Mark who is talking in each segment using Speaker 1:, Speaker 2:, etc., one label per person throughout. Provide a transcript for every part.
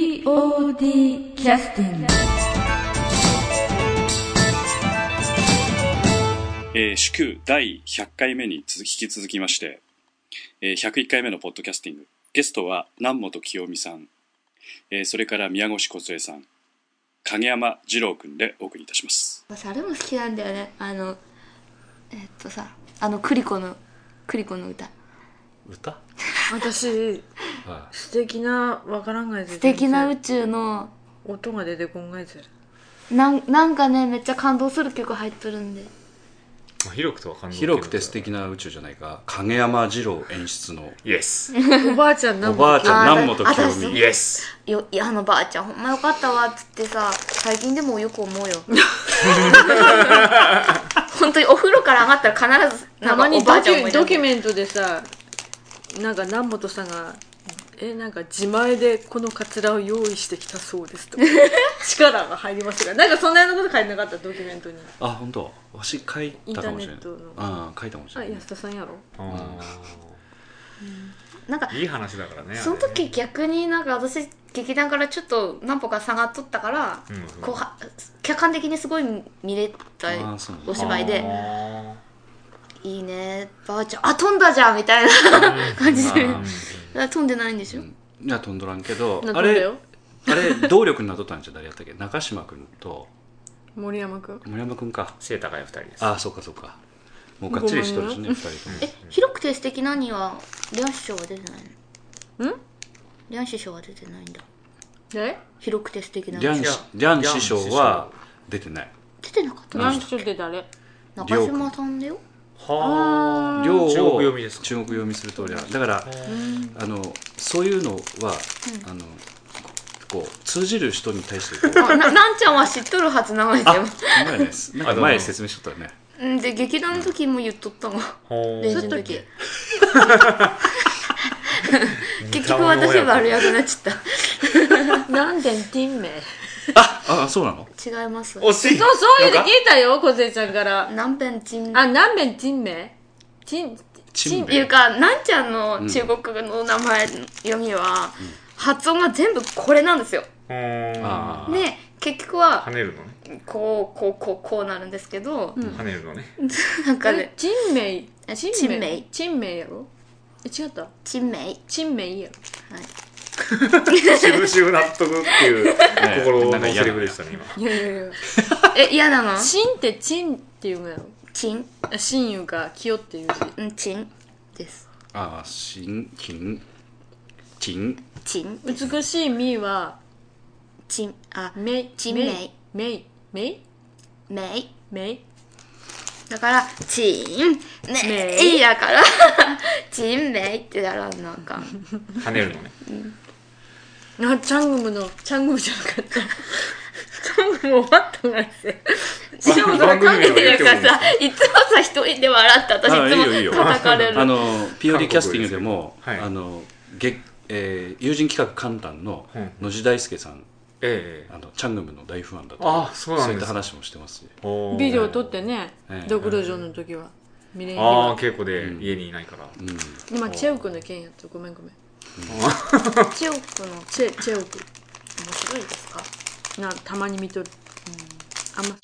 Speaker 1: POD キャスティング
Speaker 2: えー、祝第100回目に続き引き続きまして、えー101回目のポッドキャスティングゲストは南本清美さん、えーそれから宮越梢さん影山二郎君でお送りいたします
Speaker 3: 私あれも好きなんだよねあのえっとさあのクリコのクリコの歌
Speaker 4: 歌
Speaker 5: 私
Speaker 4: は
Speaker 5: 素敵なわからんがい
Speaker 3: 素敵な宇宙の
Speaker 5: 音が出てこんがいずる
Speaker 3: なんなんかねめっちゃ感動する曲入っとるんで
Speaker 6: まあ広くとは感
Speaker 4: い
Speaker 6: 動
Speaker 4: 広くて素敵な宇宙じゃないか影山二郎演出の
Speaker 6: イエス
Speaker 5: おばあちゃんな
Speaker 4: お
Speaker 5: ん
Speaker 4: ばあちゃん
Speaker 3: あ
Speaker 4: 南本
Speaker 3: あ
Speaker 4: 清
Speaker 3: 私
Speaker 4: 美
Speaker 6: イエス
Speaker 3: よいやあのばあちゃんほんまよかったわっつってさ最近でもよく思うよ本当にお風呂から上がったら必ずな
Speaker 5: た
Speaker 3: んか
Speaker 5: ま
Speaker 3: お
Speaker 5: に
Speaker 3: ばあ
Speaker 5: ド
Speaker 3: ち
Speaker 5: キ
Speaker 3: ゃんも
Speaker 5: ュ
Speaker 3: いる
Speaker 5: ドキュメントでさなんか南本さんがえなんか自前でこのカツラを用意してきたそうです とか力が入りますがなんかそんなようなこと書いてなかったドキュメントに
Speaker 4: あ本当わし書いたかもしれ
Speaker 5: イ
Speaker 4: ない
Speaker 5: ンターネット
Speaker 4: あ書いたかもし
Speaker 5: あ
Speaker 4: れない
Speaker 5: 安田さんやろ
Speaker 6: あ
Speaker 3: なんか
Speaker 6: ーいい話だからね
Speaker 3: その
Speaker 6: あれね
Speaker 3: 時逆になんか私劇団からちょっと何歩か下がっとったから、
Speaker 6: うんうん
Speaker 3: こうは客観的にすごい見れた
Speaker 4: あーそうなんだ
Speaker 3: お芝居で
Speaker 6: あ
Speaker 3: いいねばあちゃんあ飛んだじゃんみたいな
Speaker 6: ー
Speaker 3: 感じで
Speaker 6: うん
Speaker 3: 飛んでないんでしょ、
Speaker 4: いやとんどらんけど
Speaker 5: なん
Speaker 4: あ
Speaker 5: だ
Speaker 4: れ
Speaker 5: よ
Speaker 4: あれ動力になっとったんじゃ誰やったっけ中島君と
Speaker 5: 森山君
Speaker 4: 森山君か
Speaker 6: 背高い二人です
Speaker 4: あそうかそうかもうがっちりしとるしね二人とも
Speaker 3: え広くて素敵なにはリアン師匠は出てないの
Speaker 5: ん
Speaker 3: リアン師匠は出てないんだ
Speaker 5: え
Speaker 3: 広くて素敵な
Speaker 4: リャン
Speaker 6: いや
Speaker 4: しリャン師匠は出てない
Speaker 3: 出てなかった
Speaker 5: 何しって誰
Speaker 3: 中島さんだよ
Speaker 6: は
Speaker 4: 量を
Speaker 6: 中国読みですか
Speaker 4: 中国読みする通りだだからあのそういうのは、あのこう通じる人に対してこう
Speaker 3: あななんちゃんは知っとるはずなのに
Speaker 4: あ
Speaker 3: でも
Speaker 4: うまい ですなんか前説明しとったよね
Speaker 3: うんで劇団の時も言っとったの
Speaker 6: あほ
Speaker 3: レ
Speaker 6: ー
Speaker 3: イジの
Speaker 5: うだっ
Speaker 3: 時
Speaker 5: け
Speaker 3: 結局私は悪役になっちゃっ
Speaker 5: 何点ン名
Speaker 4: ああそうなの
Speaker 3: た違います
Speaker 6: 惜しい
Speaker 5: そうそういうの聞いたよ小杉ちゃんから
Speaker 3: 何遍ちん
Speaker 5: あ何遍人名人
Speaker 4: チン
Speaker 3: ってい
Speaker 4: ベ
Speaker 3: うかなんちゃんの中国の名前読みは、発音が全部これなんですよ
Speaker 6: あ
Speaker 4: あ
Speaker 6: ー
Speaker 3: で結局
Speaker 6: 跳
Speaker 3: は
Speaker 6: ねるのね
Speaker 3: こうこうこうこうなるんですけど、
Speaker 6: 跳ねるのね
Speaker 3: なんか
Speaker 5: え
Speaker 3: ね
Speaker 5: 人名
Speaker 3: え
Speaker 5: 人
Speaker 3: 人名
Speaker 5: 名人名やろえ違った
Speaker 3: 「ちんめい
Speaker 5: 人名やろ」
Speaker 6: 渋々納得っていう心のセリフでしたね今
Speaker 5: いやい やいや
Speaker 3: え嫌なの?
Speaker 5: チンってチンって言うんやろ
Speaker 3: 「ちん」
Speaker 5: あ親友が清っていう字
Speaker 3: うん「ちん」です
Speaker 4: あしんきんきん
Speaker 3: 「ちん」
Speaker 5: 美しいみは
Speaker 3: 「ちん」あ
Speaker 5: めい
Speaker 3: 人
Speaker 5: めいめいめい
Speaker 3: 「めい
Speaker 5: めい」
Speaker 3: だから「ちん」「ね
Speaker 5: め
Speaker 3: い」
Speaker 5: い
Speaker 3: だ から「ちんめい」ってやらんなんかん
Speaker 6: 跳ねるのね
Speaker 5: あチャングムのチャングムじゃなかった チャングム終わったがいせ
Speaker 3: しかもそれ考えてるから
Speaker 6: 番
Speaker 3: さいつもさ一人で笑って私
Speaker 4: あいいよいい
Speaker 3: いつ
Speaker 4: よ
Speaker 3: も叩かれる
Speaker 4: あの POD キャスティングでも
Speaker 6: 韓国ですねは
Speaker 4: あ
Speaker 6: い
Speaker 4: のげえー友人企画簡単の
Speaker 6: うん
Speaker 4: 野地大輔さん
Speaker 6: ええ
Speaker 4: あのチャングムの大ファンだと
Speaker 6: あそうなん
Speaker 4: いっ
Speaker 6: で
Speaker 4: た
Speaker 6: すか
Speaker 4: 話もしてますね
Speaker 6: ほー
Speaker 5: ビデオ撮ってね
Speaker 4: ええ
Speaker 5: ドクロ城の時はミレニ
Speaker 6: ああ
Speaker 5: は
Speaker 6: 稽古で家にいないから
Speaker 4: うん
Speaker 5: 今チェウクの件やったごめんごめん
Speaker 3: 中国の面
Speaker 5: チェチェウク
Speaker 3: 白いですか
Speaker 5: なたまに見とる、あんま
Speaker 4: こ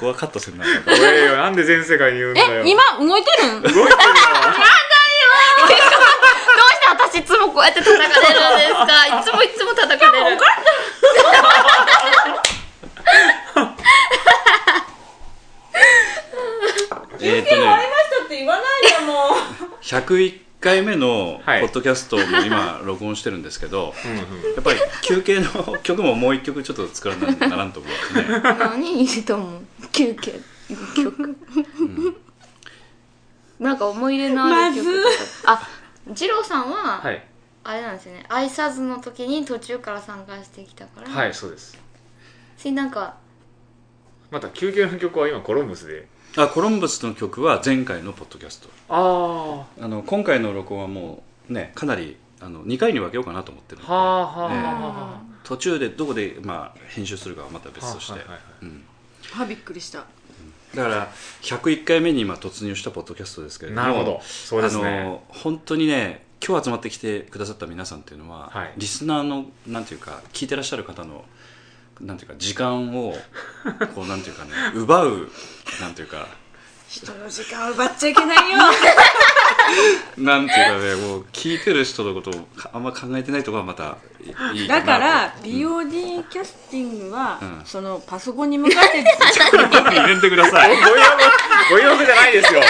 Speaker 4: こはカットせんな
Speaker 6: おいおいなんで全世界に言うんだ
Speaker 5: え
Speaker 6: よ
Speaker 5: 今動いてるん
Speaker 6: 動いてる
Speaker 3: ど
Speaker 6: な
Speaker 3: うして私いつもこうやって叩かれるんです かいつもいつも叩かれる
Speaker 4: えっとね
Speaker 5: って言わないじゃんもう
Speaker 4: 101回目のポ
Speaker 6: はい
Speaker 4: ッドキャストも今録音してるんですけど、
Speaker 6: うんうん
Speaker 4: やっぱり休憩の曲ももう一曲ちょっと作らなならんと思うん ですね
Speaker 3: 何いいと思う休憩曲、なんか思い入れのある曲とか、あ二郎さんは、
Speaker 6: はい
Speaker 3: あれなんですよね挨拶の時に途中から参加してきたから、
Speaker 6: はいそうです
Speaker 3: しなんか
Speaker 6: また休憩の曲は今コロンブスで
Speaker 4: あコロンブスの曲は前回のポッドキャスト
Speaker 6: あ
Speaker 4: あの今回の録音はもうねかなりあの2回に分けようかなと思ってるの
Speaker 6: あ
Speaker 4: で、
Speaker 6: はあはあはあ
Speaker 4: ええ途中でどこで、まあ、編集するかはまた別として、
Speaker 6: はいはいはい
Speaker 4: うん、
Speaker 5: はびっくりした
Speaker 4: だから101回目に今突入したポッドキャストですけれども
Speaker 6: なるほどそうですね
Speaker 4: あの本当にね今日集まってきてくださった皆さんっていうのは、
Speaker 6: はい
Speaker 4: リスナーのなんていうか聞いてらっしゃる方のなんていうか時間をこ うなんていうかね奪うなんていうか
Speaker 5: 人の時間を奪っちゃいけないよ
Speaker 4: なんていうかねもう聞いてる人のことをかあんま考えてないところはまたいいいかな
Speaker 5: だ
Speaker 4: と
Speaker 5: から
Speaker 4: うん
Speaker 5: BOD キャスティングは、
Speaker 4: うん
Speaker 5: そのパソコンに向かって
Speaker 4: 入れてください
Speaker 6: ご予約、ご予約じゃないですよ。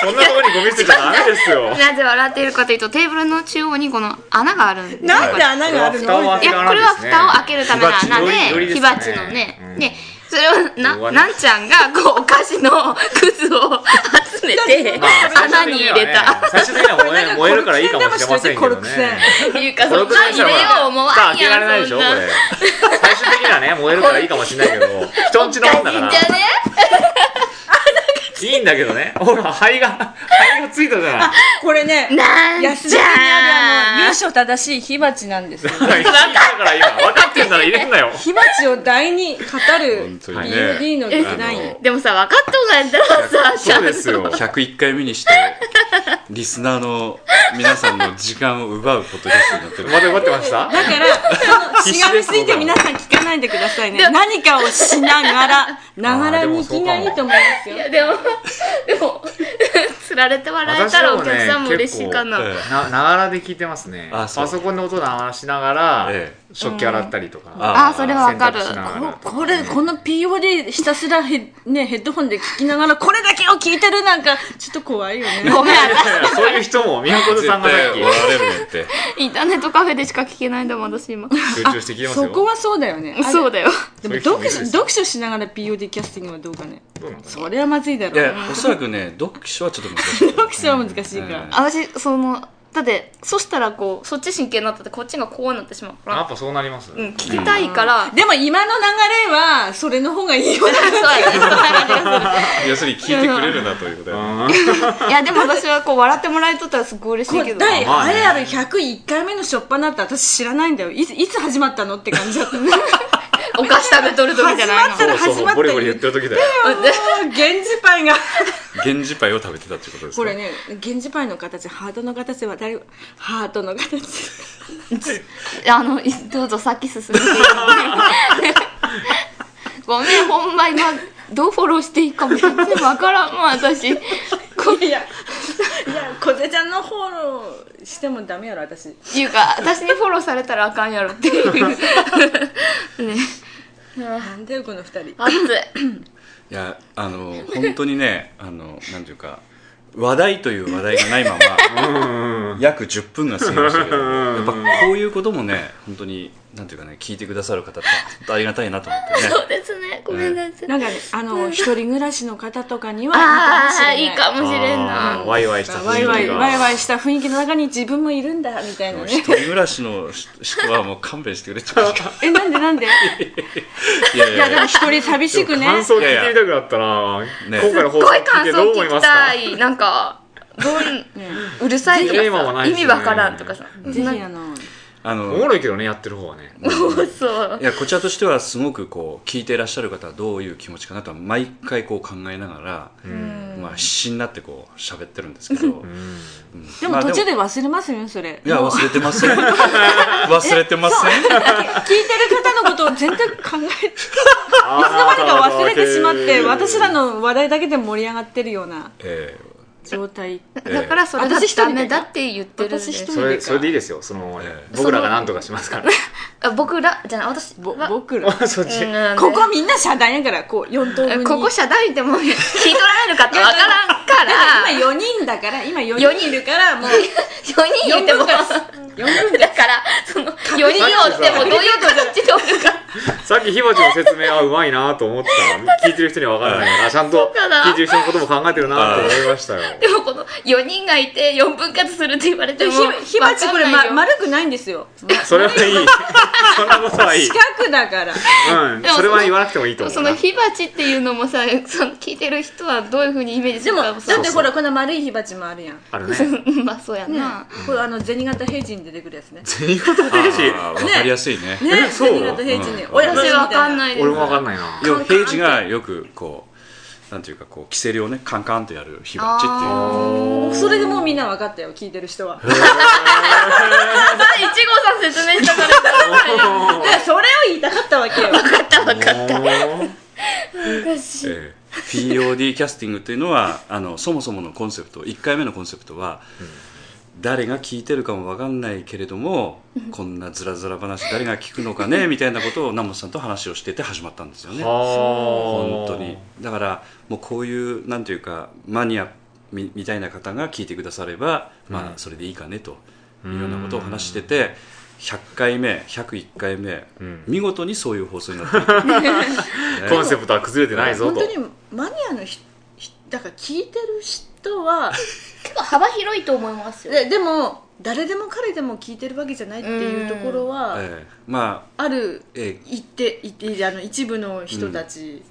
Speaker 6: そんなところにゴミ捨てちゃダメです よ。
Speaker 3: なぜ笑っているかというとテーブルの中央にこの穴があるんですよ
Speaker 5: なん
Speaker 3: こ
Speaker 5: で
Speaker 3: れ
Speaker 5: 穴がある
Speaker 6: これは蓋
Speaker 5: の
Speaker 6: を開
Speaker 3: い
Speaker 6: け
Speaker 3: やこれは蓋を開けるための穴で
Speaker 6: 火
Speaker 3: 火
Speaker 6: 鉢
Speaker 3: 鉢
Speaker 6: の
Speaker 3: の
Speaker 6: ね
Speaker 3: ね
Speaker 6: うん
Speaker 3: でそれを
Speaker 6: 終わ
Speaker 3: な
Speaker 6: り
Speaker 3: なんちゃんがこうお菓子のくずを集めて
Speaker 6: まあ
Speaker 3: 穴に入れた。
Speaker 6: 最終的にはね燃えるからいいかもしれませんけど
Speaker 5: コ
Speaker 6: ね
Speaker 5: ルク。栓
Speaker 3: いうかそ
Speaker 6: コル
Speaker 3: ん
Speaker 6: ク
Speaker 3: な
Speaker 6: 栓
Speaker 3: ん
Speaker 6: し
Speaker 3: 入
Speaker 6: たら
Speaker 3: れ
Speaker 6: ほ
Speaker 3: よう思わん
Speaker 6: ら
Speaker 3: やん
Speaker 6: 開けられないでしょ、こ
Speaker 3: そんな
Speaker 6: れ。最終的にはね、燃えるからいいかもしれないけど、人んちのもんだから、
Speaker 3: じゃね
Speaker 6: いいんだけどね。ほら、灰が、灰がついたじゃない。
Speaker 5: これね
Speaker 3: なんじゃー
Speaker 5: 安田家にあるあの由緒正しい火鉢なんですよ
Speaker 6: だ から今、分かってんなら入れんなよ。
Speaker 5: 火鉢を大に語る
Speaker 4: 本当にね
Speaker 5: BOD のデザイン、
Speaker 4: あの
Speaker 3: でもさ分かっとんがやったらさちゃ
Speaker 6: そうんですよ。
Speaker 4: 101回目にしてリスナーの皆さんの時間を奪うことですになってる
Speaker 6: まだ待ってました
Speaker 5: だから、その、
Speaker 6: 必
Speaker 5: し
Speaker 6: 死
Speaker 5: が
Speaker 6: で
Speaker 5: み
Speaker 6: す
Speaker 5: ついて皆さん聞かないでくださいね。何かをしながら、ながらに聞きがいいと思いますよ
Speaker 3: い。やでもでもつられて笑えたらお客さんも嬉しいかな、
Speaker 4: え
Speaker 6: なながらで聞いてますね
Speaker 4: あ
Speaker 6: パ
Speaker 4: そう
Speaker 6: ソコンの音を流しながら、
Speaker 4: ええ
Speaker 6: 食器洗ったりとか、
Speaker 4: あ
Speaker 3: ああそれは分かる
Speaker 6: 洗濯しながらとか
Speaker 5: これ、この POD ひたすらヘッ,、ね、ヘッドホンで聞きながら、これだけを聞いてるなんか、ちょっと怖いよね。
Speaker 3: ごめん
Speaker 6: いやいや そういう人も宮本
Speaker 4: 絶
Speaker 6: さ
Speaker 4: 対
Speaker 6: んがさっ
Speaker 4: 終わられるねって
Speaker 3: インターネットカフェでしか聞けないんだもん私今
Speaker 6: き集中して聞いてますよ
Speaker 5: そこはそうだよね。
Speaker 3: そうだよ
Speaker 5: で
Speaker 6: そう
Speaker 5: も
Speaker 6: いう人も
Speaker 5: 読
Speaker 6: いるで
Speaker 5: 書、
Speaker 6: す
Speaker 5: 読書しながら POD キャスティングはどうかね。
Speaker 6: どうなんだろう
Speaker 5: それはまずいだ
Speaker 4: い
Speaker 5: ろう。
Speaker 4: やおそらくね読書はちょっと難しい
Speaker 5: 読書は難しいか
Speaker 4: う
Speaker 5: ら
Speaker 4: ん。
Speaker 3: 私そのだってそしたらこうそっち神経になったってこっちがこうなってしまうか
Speaker 6: やっ
Speaker 3: ら、
Speaker 6: ぱそうなります、
Speaker 3: うん、聞きたいから、
Speaker 5: でも今の流れは、それの方がいいよね。
Speaker 3: そうやねそうや ね
Speaker 4: 要するに聞いてくれるなということだね
Speaker 3: いやでも私はこう笑ってもらえとったらすごい嬉し
Speaker 5: こ
Speaker 3: いけ
Speaker 5: れ
Speaker 3: ど
Speaker 5: 第
Speaker 6: まあね
Speaker 5: 栄えある101回目の初っ端って私知らないんだよいついつ始まったのって感じだった 始ま
Speaker 3: お菓子食べとる時じゃないの
Speaker 5: ったら
Speaker 6: そう
Speaker 5: 始
Speaker 6: そ
Speaker 5: まっ
Speaker 6: う
Speaker 5: た
Speaker 6: ボリボ
Speaker 5: よ
Speaker 6: リ言ってる時だよ
Speaker 5: 源氏パイが
Speaker 4: 源氏パイを食べてたってことですか
Speaker 5: これね源氏パイの形ハートの形は誰ハートの形
Speaker 3: あのいどうぞ先進ん でごめんほんま今どうフォローしていいかも全然わからんもん私こ
Speaker 5: いやいや小手ちゃんのフォローしてもダメやろ私
Speaker 3: ういうか私にフォローされたらあかんやろって いうね
Speaker 5: なんだよこの二人
Speaker 3: 熱い
Speaker 4: いやあの本当にねあのなんていうか話題という話題がないまま約10分が過ぎましたけどやっぱこういうこともね本当になんていうかね聞いてくださる方って本当ありがたいなと思ってね
Speaker 3: そうですねごめんなさい、
Speaker 5: なんかねあの一人暮らしの方とかには
Speaker 3: ああい
Speaker 5: いい
Speaker 3: い
Speaker 5: か
Speaker 3: か
Speaker 5: も
Speaker 3: もしれん
Speaker 6: あ
Speaker 3: な
Speaker 6: ーワイワイした
Speaker 5: しれないワイワイワイ
Speaker 6: イ
Speaker 5: ワイした雰囲気の中に自分もいるんだみたいな
Speaker 4: 一
Speaker 5: ね
Speaker 4: 人暮らしの人はもう勘弁してくれちゃう
Speaker 5: えなんでなんで
Speaker 4: いやいやいや
Speaker 5: 一人寂しくね
Speaker 6: 感想聞いてみたくなったな、
Speaker 4: ね
Speaker 6: 今回
Speaker 3: す
Speaker 6: の放
Speaker 3: っ
Speaker 6: 送
Speaker 3: ごい
Speaker 6: 聞い
Speaker 3: 感
Speaker 6: てどう
Speaker 3: 想
Speaker 6: 思い
Speaker 3: 聞
Speaker 6: ま
Speaker 3: き
Speaker 6: すか
Speaker 3: たいなんかどううるさいとか
Speaker 6: テーマはな
Speaker 3: さ
Speaker 6: い
Speaker 3: 意
Speaker 6: ですね
Speaker 3: 味わからんとかさ、
Speaker 5: ぜひあの
Speaker 4: あ
Speaker 6: お
Speaker 4: の
Speaker 6: もろいけどねやってる方はね
Speaker 3: そう
Speaker 4: いやこちらとしてはすごくこう聞いていらっしゃる方はどういう気持ちかなとは毎回こう考えながら、まあ、必死になってこう喋ってるんですけど、
Speaker 6: うん
Speaker 4: うん
Speaker 5: でも
Speaker 4: まあ
Speaker 5: 途中で忘れますよそれ
Speaker 4: いや忘れてません忘れてません
Speaker 5: 聞いてる方のことを全然考えて
Speaker 6: あー
Speaker 5: 誰か忘れてしまって私らの話題だけで盛り上がってるような
Speaker 4: え
Speaker 5: 状 態
Speaker 4: え
Speaker 3: だからそれだ
Speaker 5: 私一
Speaker 3: と
Speaker 5: 人
Speaker 3: ダ
Speaker 5: で
Speaker 3: メだって言ってるんで
Speaker 5: 私一人
Speaker 6: それそれでいいですよその、
Speaker 4: ええ
Speaker 6: 僕らが何とかしますから
Speaker 3: あ僕らじゃない私
Speaker 5: ぼ
Speaker 3: は
Speaker 5: 僕ら
Speaker 6: そっち、
Speaker 3: うん
Speaker 5: ここみんな遮断やからこう4等分に
Speaker 3: ここ遮断でも聞い取られるかってわからんか
Speaker 5: だから
Speaker 3: ら
Speaker 5: 今4人だから今4
Speaker 3: 四
Speaker 5: 人いるからもう
Speaker 3: 4人言っても
Speaker 5: 四分割
Speaker 3: だからその4人をってもどういう形でおるか
Speaker 6: さっき火鉢の説明はうまいなと思った聞いてる人には分からないからちゃんと
Speaker 3: そうかな
Speaker 6: 聞いてる人のことも考えてるなと思いましたよ
Speaker 3: でもこの4人がいて4分割するって言われて
Speaker 5: で
Speaker 3: も
Speaker 5: 火火鉢これ、
Speaker 3: わかん
Speaker 5: ま、
Speaker 3: ないよ
Speaker 5: 丸くないんですよ
Speaker 6: それはいいそんなことはいい
Speaker 5: 四角だから
Speaker 6: うん
Speaker 3: でも
Speaker 6: それは言わなくてもいいと思
Speaker 3: そう
Speaker 6: な
Speaker 3: の火鉢っていうのもさその聞いてる人はどういうふうにイメージす
Speaker 5: で
Speaker 3: る
Speaker 5: も
Speaker 3: か
Speaker 5: だ
Speaker 3: も
Speaker 5: ってほらこの丸い火鉢もあるやん
Speaker 6: あるね銭
Speaker 3: まあそうやな、
Speaker 5: これあの銭形平次に出てくるやつ ね
Speaker 6: 形
Speaker 4: え
Speaker 6: 天使
Speaker 4: あーわかりやすいね
Speaker 5: ね
Speaker 6: そう
Speaker 5: 銭形平次に
Speaker 4: うん
Speaker 5: 親父
Speaker 3: 私
Speaker 5: みたいな
Speaker 3: わかんないです
Speaker 6: 俺も分かんないな
Speaker 4: 要は平時がよくこうなんていうかこう規制量をねカンカンとやる火鉢
Speaker 3: あ
Speaker 4: っていう
Speaker 5: もうそれでもうみんな分かったよ聞いてる人はだ
Speaker 3: あそれ1号さん説明したから
Speaker 5: からそれを言いたかったわ けよ
Speaker 6: 分かった
Speaker 4: えー POD キャスティングというのはあのそもそものコンセプト1回目のコンセプトは、誰が聞いてるかも分かんないけれどもこんなずらずら話誰が聞くのかねみたいなことを南本さんと話をしてて始まったんですよね本
Speaker 6: 本
Speaker 4: 当にだからもうこういうなんていうかマニアみみたいな方が聞いてくだされば、まあ
Speaker 6: うん
Speaker 4: それでいいかねというようなことを話してて100回目101回目見事にそういう放送になっていくね
Speaker 6: コンセプトは崩れてないぞ
Speaker 5: 本
Speaker 6: と
Speaker 5: 当にマニアの人だから聞いてる人 は
Speaker 3: 結構幅広いと思いますよ
Speaker 5: ででも誰でも彼でも聞いてるわけじゃないっていうところは、
Speaker 4: ええまあ
Speaker 5: ある
Speaker 4: ええ
Speaker 5: 一定一定あの一部の人たち、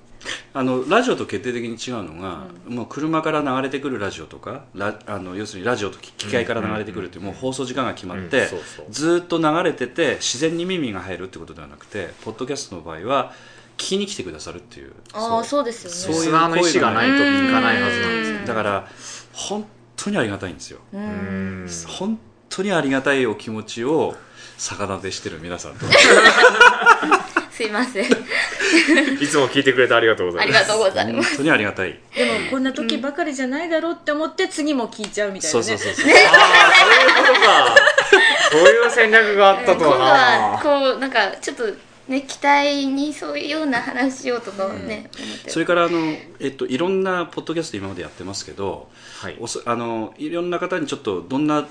Speaker 4: あのラジオと決定的に違うのが、もう車から流れてくるラジオとかラあの要するにラジオと機機械から流れてくるっていうもう放送時間が決まって、
Speaker 6: うんそうそう
Speaker 4: ずーっと流れてて自然に耳が入るってことではなくてポッドキャストの場合は聞きに来てくださるっていう
Speaker 3: ああそうです
Speaker 4: そ
Speaker 3: よ
Speaker 4: う
Speaker 3: ね
Speaker 6: リスナーの意思がないと聞かないはずなんですよ
Speaker 3: うん
Speaker 4: だから本当にありがたいんですよ、
Speaker 3: う
Speaker 6: うんん
Speaker 4: 本当にありがたいお気持ちを逆立てしてる皆さんと
Speaker 3: すいません
Speaker 6: いつも聞いてくれてありがとうござ
Speaker 3: あ
Speaker 6: い
Speaker 3: り
Speaker 6: ます
Speaker 3: が とうござい
Speaker 4: 本
Speaker 3: ます
Speaker 4: 当にありがたい
Speaker 5: でもこんな時ばかりじゃないだろうって思って次も聞いちゃうみたいな
Speaker 4: そう
Speaker 5: ね
Speaker 4: そうそうそう、
Speaker 6: ああそういうことかそういう戦略があった
Speaker 3: 今
Speaker 6: と
Speaker 3: 度は
Speaker 6: は
Speaker 3: こうなんかちょっとね期待にそういうような話をとかね、思って
Speaker 4: それからあの、えっと、いろんなポッドキャスト今までやってますけど
Speaker 6: なはい
Speaker 4: おそあのいろんな方にちょっとどんな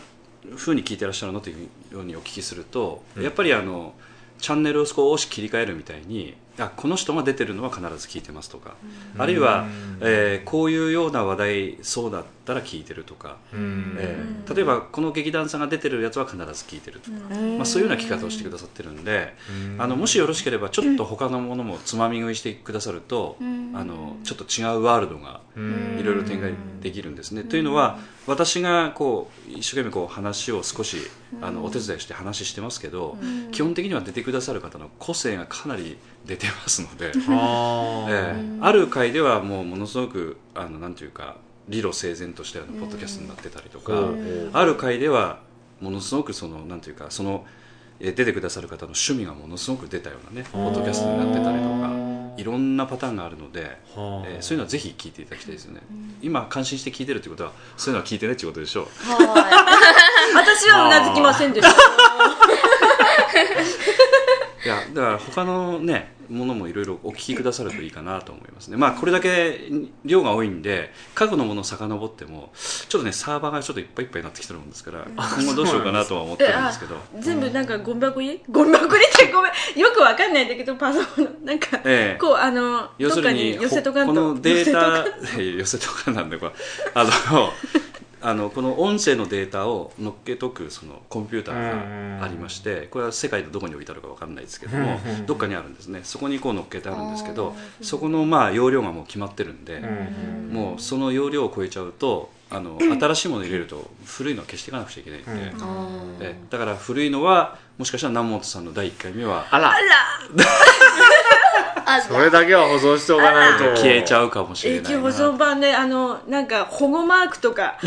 Speaker 4: 風に聞いてらっしゃるのというようにお聞きすると、
Speaker 6: うん
Speaker 4: やっぱりあのチャンネルを少し切り替えるみたいにあこの人が出てるのは必ず聞いてますとか、あるいは、えーこういうような話題そうだったら聞いてるとか、
Speaker 6: うん
Speaker 4: えー例えばこの劇団さんが出てるやつは必ず聞いてるとか、まあ、そういうような聞き方をしてくださってるんで、あのもしよろしければちょっと他のものもつまみ食いしてくださると、
Speaker 3: うん
Speaker 4: あのちょっと違うワールドが
Speaker 6: うん
Speaker 4: いろいろ展開できるんですね。というのは私がこう一生懸命こう話を少しあのお手伝いして話してますけど、基本的には出てくださる方の個性がかなり出てますので、
Speaker 6: あ
Speaker 4: え
Speaker 6: ー
Speaker 4: えある回ではもうものすごくあのなんていうか理路整然としたようなポッドキャストになってたりとか、
Speaker 6: うん
Speaker 4: ある回ではものすごくそのなんていうかそのえー出てくださる方の趣味がものすごく出たようなねポッドキャストになってたりとかいろんなパターンがあるので。
Speaker 6: はあ
Speaker 4: えーそういうのはぜひ聞いていただきたいですよね、今感心して聞いてるってことはそういうのは聞いてないってことでし ょう
Speaker 3: は
Speaker 5: 私はうなずきませんでした
Speaker 4: いやだから他のねものもいろいろお聞きくださるといいかなと思いますねまあこれだけ量が多いんで過去のものを遡ってもちょっとねサーバーがちょっといっぱいいっぱいになってきてるもんですから今後どうしようかなとは思ってるんですけ ど
Speaker 5: 全部なんかゴミ箱にゴミ箱にってごめんよくわかんないんだけどパソコンのなんか、
Speaker 4: ええ
Speaker 5: こうあの
Speaker 4: 要す
Speaker 5: どっ
Speaker 4: る
Speaker 5: か
Speaker 4: に
Speaker 5: に
Speaker 4: こ
Speaker 5: 寄せとかん
Speaker 4: ことのデー
Speaker 5: 寄せとかんと
Speaker 4: タ 寄せとかなんでこれあの あのこの音声のデータを乗っけとくそのコンピューターがありましてこれは世界のどこに置いてあるかわかんないですけども
Speaker 6: うんうん
Speaker 4: どっかにあるんですねそこにこう乗っけてあるんですけ
Speaker 3: あ
Speaker 4: ど
Speaker 3: ー
Speaker 4: そこのまあ容量がもう決まってるんで
Speaker 6: うん
Speaker 4: もうその容量を超えちゃうとあ の新しいものを入れると古いのは消していかなくちゃいけないんで
Speaker 6: うん
Speaker 3: い
Speaker 4: えだから古いのはもしかしたら南本さんの第1回目は
Speaker 6: あら
Speaker 3: あ
Speaker 6: それだけは保存しておかないと
Speaker 4: 消えち
Speaker 6: う
Speaker 4: ゃうかもしれ
Speaker 5: 永
Speaker 4: ない
Speaker 5: 久保
Speaker 4: な
Speaker 5: 存版であのなんか保護マーク とか
Speaker 4: な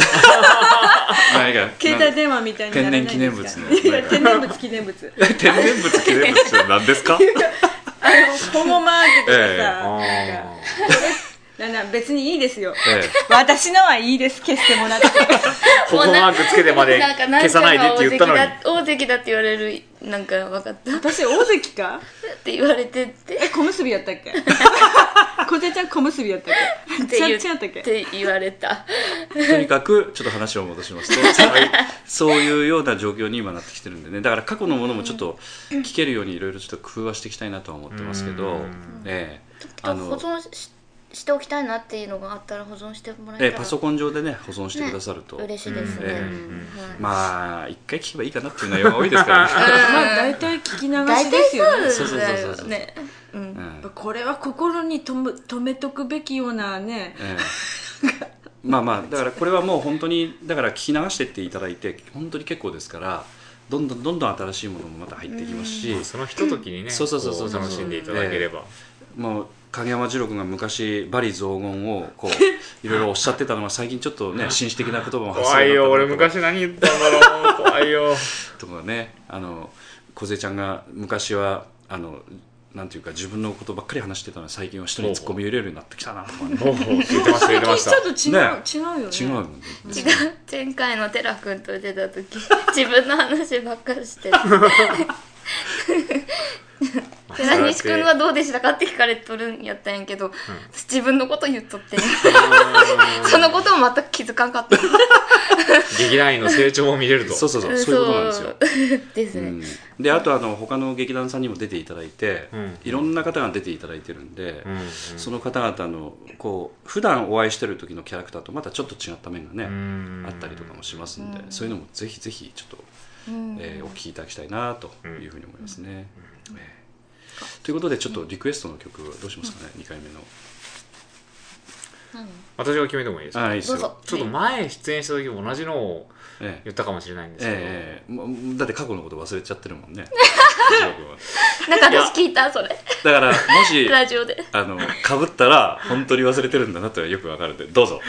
Speaker 4: んか
Speaker 5: 携帯電話みたいにならないんですか
Speaker 4: 天然記念物の
Speaker 5: い や天然物記念物
Speaker 4: 天然物記念物って何です か
Speaker 5: あの保護マークとかさ、
Speaker 4: ええ
Speaker 5: なんかなんなん別にいいですよ
Speaker 4: ええ
Speaker 5: 私のはいいです消しても らって
Speaker 6: ここマークつけてまで
Speaker 3: なんかなん
Speaker 6: 消さないでって言ったのに
Speaker 3: かが大関だ大関だって言われるなんか分かったっ
Speaker 5: 私大関か
Speaker 3: て言われてって
Speaker 5: え小結びやったっ け小手ちゃん小結びやったっ
Speaker 3: っ
Speaker 5: け
Speaker 3: て
Speaker 5: ちゃ
Speaker 3: 言
Speaker 5: んちゃんやったっけ
Speaker 3: って言われた
Speaker 4: とにかくちょっと話を戻します とそういうような状況に今なってきてるんでねだから過去のものもちょっと聞けるようにいろいろちょっと工夫はしていきたいなとは思ってますけど
Speaker 6: うん、
Speaker 4: ええ
Speaker 3: 保
Speaker 4: あの
Speaker 3: 存ししておきたいなっていうのがあったら保存してもらえた
Speaker 4: え
Speaker 3: ら、
Speaker 4: えパソコン上でね保存してくださると、
Speaker 3: 嬉しいですね、
Speaker 4: ええ
Speaker 3: はい
Speaker 4: まあ一回聞けばいいかなっていう内容が多いですからね、
Speaker 5: まあ大体聞き流
Speaker 3: 大
Speaker 5: しで
Speaker 3: 体
Speaker 5: すよ
Speaker 3: そう
Speaker 5: ね
Speaker 3: で
Speaker 4: そうそ
Speaker 3: す
Speaker 4: うそうそう
Speaker 3: ねうん
Speaker 4: うん
Speaker 5: これは心にとむ留めとくべきようなね
Speaker 4: ええまあまあだからこれはもう本当にだから聞き流してっていただいて本当に結構ですからどんどんどんどん新しいものもまた入ってきますし、
Speaker 6: そのひとときにね
Speaker 4: そうそうそうそう
Speaker 6: こ楽しんでいただければ
Speaker 4: もう影山二郎君が昔バリ雑言をこ ういろいろおっしゃってたのが最近ちょっとね紳士的な言葉も発
Speaker 6: 怖いよ俺
Speaker 4: とか
Speaker 6: 昔何言ったんだろう怖い よ
Speaker 4: とかねあの梢ちゃんが昔はあのなんていうか自分のことばっかり話してたのに最近は人に突っ込み入れるようになってきたなとかね
Speaker 6: おお言ってました言って ました
Speaker 5: 最近ちょ
Speaker 4: ね
Speaker 5: っと違う、違うよね
Speaker 4: 違うもんね
Speaker 3: 違う前回の寺君と出た時自分の話ばっかり してる寺西君はどうでしたかって聞かれとるんやったんやけど、私自分のこと言っとって、そのことも全く気づかんかった
Speaker 6: 劇団員の成長も見れると
Speaker 4: そうそうそうそういうことなんですよ
Speaker 3: そう ですね、
Speaker 4: うんであとあの他の劇団さんにも出ていただいて、
Speaker 6: うん
Speaker 4: いろんな方が出ていただいてるんで、
Speaker 6: うんうん
Speaker 4: その方々のこう普段お会いしてる時のキャラクターとまたちょっと違った面がね、
Speaker 6: うん
Speaker 4: あったりとかもしますんで、
Speaker 3: うん
Speaker 4: そういうのもぜひぜひちょっと、
Speaker 3: うん
Speaker 4: えーお聞きいただきたいなというふうに思いますね。えーということでちょっとリクエストの曲はどうしますかね、2回目の。
Speaker 3: 何
Speaker 6: 私が決めてもいいですか
Speaker 4: あいいです
Speaker 3: どう
Speaker 4: よ
Speaker 3: ぞ、
Speaker 6: ちょっと前出演した時も同じのを
Speaker 4: ええ
Speaker 6: 言ったかもしれないんですけど、
Speaker 4: ええもうだって過去のこと忘れちゃってるもんね。
Speaker 3: なんか私聞いたそれ
Speaker 4: だからもし
Speaker 3: ラジオで
Speaker 4: あの、かぶったら、本当に忘れてるんだなってのはよくわかるんで、どうぞ。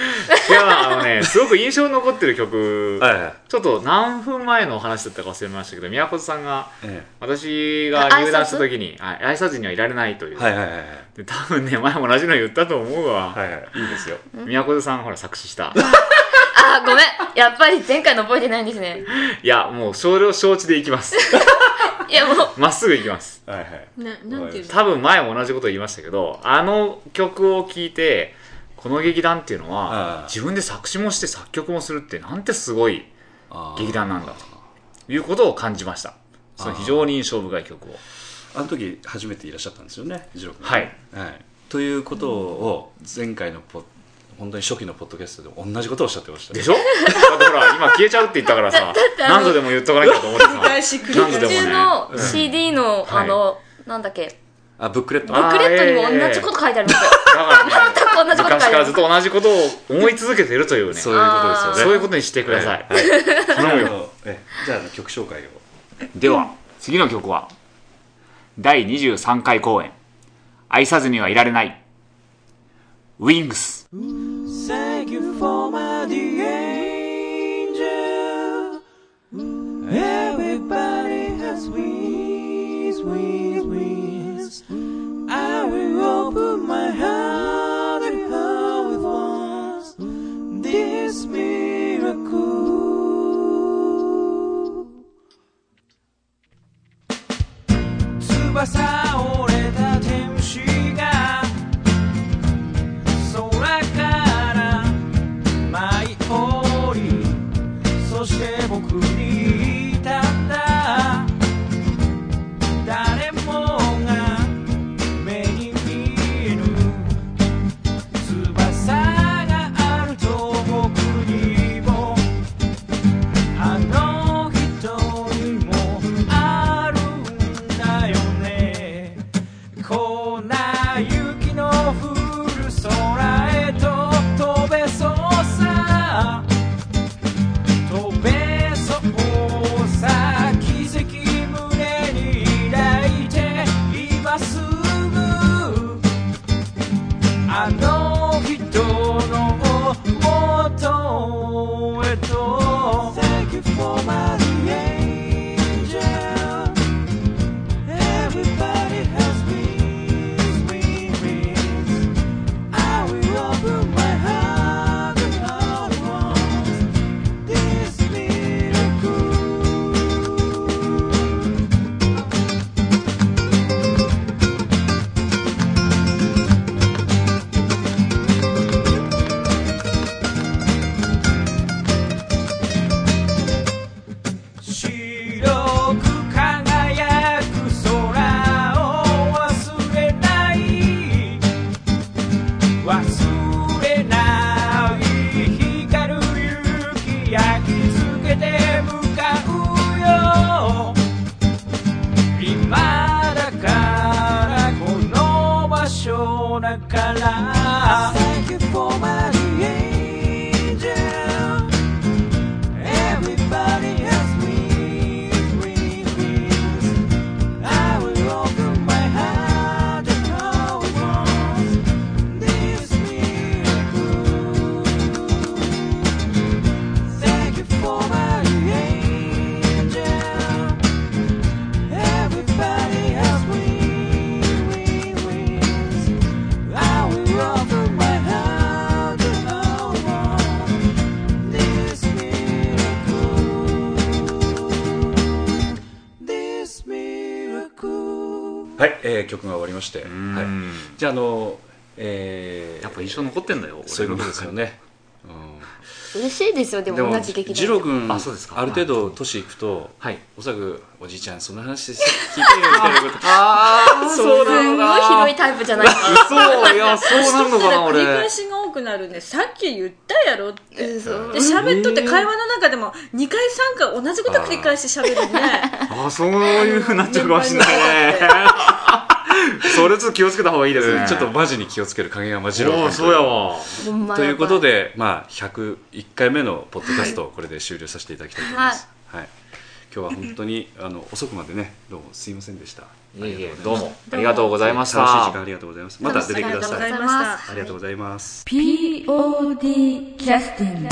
Speaker 6: いやあの ねすごく印象に残ってる曲、
Speaker 4: はいはい。
Speaker 6: ちょっと何分前の話だったか忘れましたけど宮古さんが
Speaker 4: え
Speaker 6: 私が入団した時にはい挨拶にはいられないとい
Speaker 4: え
Speaker 6: う、
Speaker 4: はいはいはいはい。
Speaker 6: で多分ね前も同じの言ったと思うわ、
Speaker 4: はいはい。いいですよ。
Speaker 6: 宮古さんほら作詞した
Speaker 3: あごめんやっぱり前回の覚えてないんですね
Speaker 6: いやもうそれを承知でいきます
Speaker 3: いやもう
Speaker 6: まっすぐいきます
Speaker 4: はいはい。
Speaker 5: ななんていうの
Speaker 6: 多分前も同じこと言いましたけどあの曲を聴いてこの劇団っていうの
Speaker 4: ああ
Speaker 6: は自分で作詞もして作曲もするってなんてすごい
Speaker 4: あー
Speaker 6: 劇団なんだということを感じましたその非常に印象深い曲を
Speaker 4: あの時、初めていらっしゃったんですよね、二郎君。
Speaker 6: はい。
Speaker 4: はい。ということを、前回のポ、本当に初期のポッドキャストでも同じことをおっしゃってました。
Speaker 6: でしょだってほ ら今消えちゃうって言ったからさ何度でも言っとかなきゃと思ってさ
Speaker 5: 繰り返し繰り
Speaker 6: 何
Speaker 5: 返
Speaker 6: 度
Speaker 5: し
Speaker 3: 途
Speaker 6: でもね
Speaker 3: 中の CD の、
Speaker 6: はい
Speaker 3: あのなんだっけ
Speaker 4: あ、ブックレット
Speaker 3: ブ
Speaker 6: あ
Speaker 4: あ
Speaker 3: ックレットにも同じこと書いてありますよ
Speaker 6: だから ね
Speaker 3: こんな
Speaker 6: 昔
Speaker 3: とこ書いて
Speaker 6: か
Speaker 3: あ
Speaker 6: ら
Speaker 3: りま
Speaker 6: ずっ
Speaker 3: す
Speaker 6: と同じことを思い続けてるというね
Speaker 4: そ
Speaker 6: そうう
Speaker 4: いうことですよね。
Speaker 6: いうことにしてください頼む
Speaker 4: あ
Speaker 6: よ
Speaker 4: のえじゃあ、曲紹介を。
Speaker 6: では次の曲は第23回公演「愛さずにはいられない」「ウィングス
Speaker 1: Thank you for my the angel. Everybody has wings, wings, wings. I will open my heart and heart with once this miracle. 翼を折れた天使が空から舞い降りそして僕に言ったんだ誰もが目に見える翼があると僕にもあの人にもあるんだよね
Speaker 4: はい、えー曲が終わりまして、
Speaker 6: う
Speaker 4: は
Speaker 6: ー
Speaker 4: い、
Speaker 6: ん
Speaker 4: じゃああの、えー
Speaker 6: やっぱ印象残ってんだよ
Speaker 4: そういうことですよ
Speaker 6: ね
Speaker 4: ね、
Speaker 3: 嬉しいですよ、で
Speaker 4: で
Speaker 3: も
Speaker 4: も
Speaker 3: 同じ劇
Speaker 4: 二
Speaker 3: 団。
Speaker 4: 郎君
Speaker 6: あそうですか
Speaker 4: ある程度年いくと
Speaker 6: はい
Speaker 4: おそらくおじいちゃんその話聞いてよみたいなこと
Speaker 6: あ あそう
Speaker 3: すんごい広いタイプじゃないですか。
Speaker 6: そういやそうなるのか な
Speaker 5: 繰り返
Speaker 6: 俺
Speaker 5: しが多くなるねさっき言ったやろってで
Speaker 3: そう
Speaker 5: 喋っとって会話の中でも2回3回同じこと繰り返し喋るね
Speaker 6: あそういうふうになっちゃうかもしれない ねそれちょっと気をつけた方がいいですね
Speaker 4: ちょっとマジに気をつける加減はマジ
Speaker 6: お
Speaker 4: 郎
Speaker 6: ーそうやわ
Speaker 3: ほんまや
Speaker 4: と
Speaker 3: ば
Speaker 4: いうこと。で、まあ、101回目のポッドキャストをこれで終了させていただきたいと思います、はい今日は本当にあの遅くまでねどうもすいませんでした
Speaker 6: いえいえどうもありがとうございました
Speaker 4: 楽しい時間ありがとうございますまた出てく
Speaker 3: あり
Speaker 4: だ
Speaker 3: がとうご
Speaker 4: さ
Speaker 3: ざ
Speaker 4: い
Speaker 3: います。
Speaker 4: ありがとうございます
Speaker 7: POD キャスティング